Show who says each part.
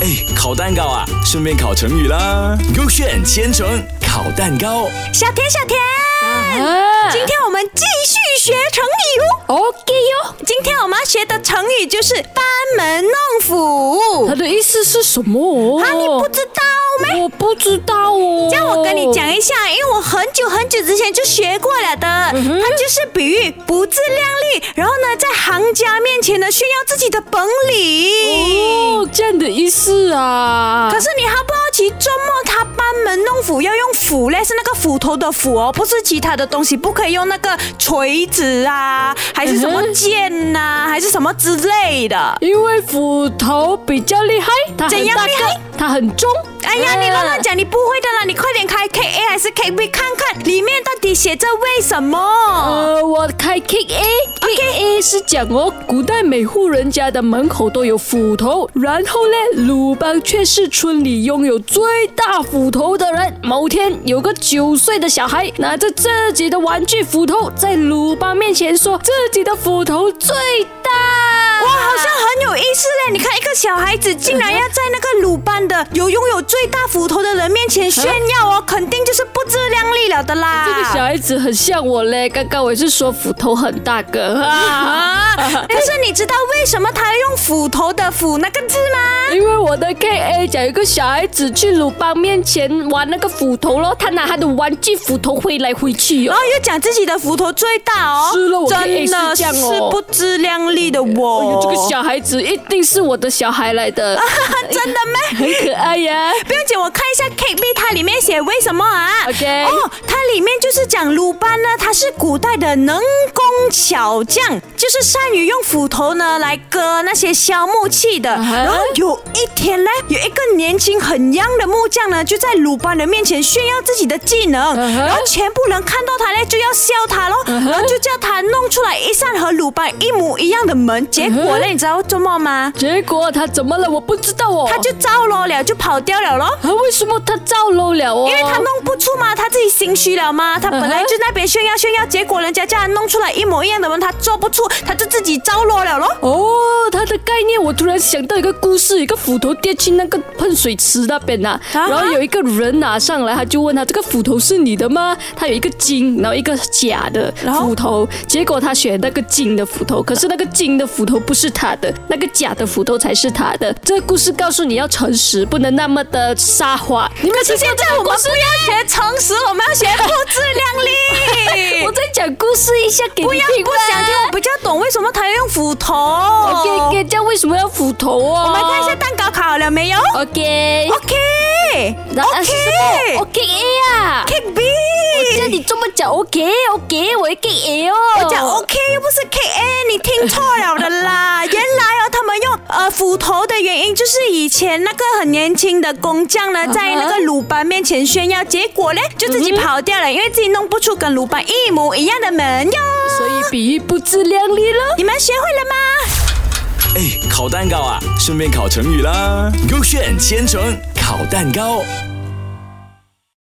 Speaker 1: 哎，烤蛋糕啊，顺便烤成语啦。勾选千层烤蛋糕，
Speaker 2: 小田，小田，
Speaker 3: 啊
Speaker 2: 今天我们继续学成语哦。
Speaker 3: ，OK 哟。
Speaker 2: 今天我们要学的成语就是班门弄斧
Speaker 3: 他。的意思是什么？
Speaker 2: 啊，你不知道没？
Speaker 3: 我不知道哦。
Speaker 2: 这样我跟你讲一下，因为我很久很久之前就学过了的。
Speaker 3: 嗯
Speaker 2: 它就是比喻不自量力，然后呢，在行家面前呢炫耀自己的本领。
Speaker 3: 哦，这样的意思啊。
Speaker 2: 可是你好不好奇，周末他班门弄斧要用斧嘞，是那个斧头的斧哦，不是其他的东西，不可以用那个锤子啊，还是什么
Speaker 3: 嗯哼
Speaker 2: 剑呐、还是什么之类的。
Speaker 3: 因为斧头比较厉害，它
Speaker 2: 怎
Speaker 3: 很
Speaker 2: 样
Speaker 3: 大
Speaker 2: 厉
Speaker 3: 个
Speaker 2: 害，
Speaker 3: 它很重。
Speaker 2: 哎呀，你乱乱
Speaker 3: 啊。
Speaker 2: 讲，你不会的啦！你快点开 K A 还是 K B 看看里面到底写着为什么？
Speaker 3: 呃，我开 K A，K A 是讲哦，古代每户人家的门口都有斧头，然后呢，鲁邦却是村里拥有最大斧头的人。某天，有个九岁的小孩拿着自己的玩具斧头，在鲁邦面前说自己的斧头最大。
Speaker 2: 哇，好像很有意思嘞！你看，一个小孩子竟然要在那个鲁班的有拥有最大斧头的人面前炫耀哦，肯定就是不自量力了的啦。
Speaker 3: 这个小孩子很像我嘞，刚刚我也是说斧头很大个啊。
Speaker 2: 啊！ 可是你知道为什么他要用斧头的斧那个字吗？
Speaker 3: 因为我的 K A 讲有一个小孩子去鲁邦面前玩那个斧头咯，他拿他的玩具斧头挥来挥去哦
Speaker 2: 然。后又讲自己的斧头最大哦，
Speaker 3: 是咯我可以
Speaker 2: 真的
Speaker 3: 是这样哦
Speaker 2: 是不自量力的我。哦
Speaker 3: 哎呦，这个小孩子一定是我的小孩来 的，
Speaker 2: 真的吗？
Speaker 3: 很可爱呀。
Speaker 2: 不用紧，我看一下 K B 它里面写为什么啊
Speaker 3: OK
Speaker 2: 哦，它里面就是讲鲁班呢，他是古代的能工巧匠，就是善于用斧头呢来割那些削木器的。
Speaker 3: 啊哈
Speaker 2: 然后有一天呢，有一个年轻很 young 的木匠呢，就在鲁班的面前炫耀自己的技能，
Speaker 3: 嗯哼
Speaker 2: 然后全部人看到他呢就要笑他咯，
Speaker 3: 啊
Speaker 2: 然后就叫他弄出来一扇和鲁班一模一样的门。结果
Speaker 3: 啊
Speaker 2: 呢，你知道周末吗？
Speaker 3: 结果他怎么了？我不知道哦。
Speaker 2: 他就糟了了，就跑掉了咯。
Speaker 3: 啊，为什么他照漏了哦？
Speaker 2: 因为他弄不出嘛，他自己心虚了嘛。他本来就那边炫耀炫耀，结果人家叫他弄出来一模一样的嘛，他做不出，他就自己着落了咯。
Speaker 3: 哦，他的概念，我突然想到一个故事，一个斧头掉进那个喷水池那边呐、
Speaker 2: 啊
Speaker 3: 然后有一个人拿上来，他就问他这个斧头是你的吗？他有一个金，然后一个假的
Speaker 2: 然后
Speaker 3: 斧头，结果他选那个金的斧头，可是那个金的斧头不是他的，那个假的斧头才是他的。这个故事告诉你要诚实，不能那么的 撒谎。你们
Speaker 2: 可是
Speaker 3: 听
Speaker 2: 现
Speaker 3: 过这
Speaker 2: 在
Speaker 3: 个
Speaker 2: 我
Speaker 3: 故
Speaker 2: 们
Speaker 3: 事
Speaker 2: 不要学诚实，我们要学不自量力。
Speaker 3: 我
Speaker 2: 我
Speaker 3: 在讲故事一下给你
Speaker 2: 不
Speaker 3: 听
Speaker 2: 要
Speaker 3: 吧。
Speaker 2: 不想听，我比较懂为什么他要用斧头。
Speaker 3: 我给给这样为什么要斧头哦？
Speaker 2: 我们看一下。蛋糕烤了没有
Speaker 3: OK。
Speaker 2: ？OK，
Speaker 3: 答案是什
Speaker 2: OK，
Speaker 3: 么？OK A 啊！
Speaker 2: K B，
Speaker 3: 我叫你这么讲 OK OK，我 OK A 哦。
Speaker 2: 我讲 OK 又不是 KA，你听错了的啦。原来哦，他们用呃斧头的原因，就是以前那个很年轻的工匠呢，在那个鲁班面前炫耀，结果呢就自己跑掉了，因为自己弄不出跟鲁班一模一样的门哟。
Speaker 3: 所以比喻不自量力了。
Speaker 2: 你们学会了吗？
Speaker 1: 哎，烤蛋糕啊，顺便烤成语啦。勾选千层烤蛋糕。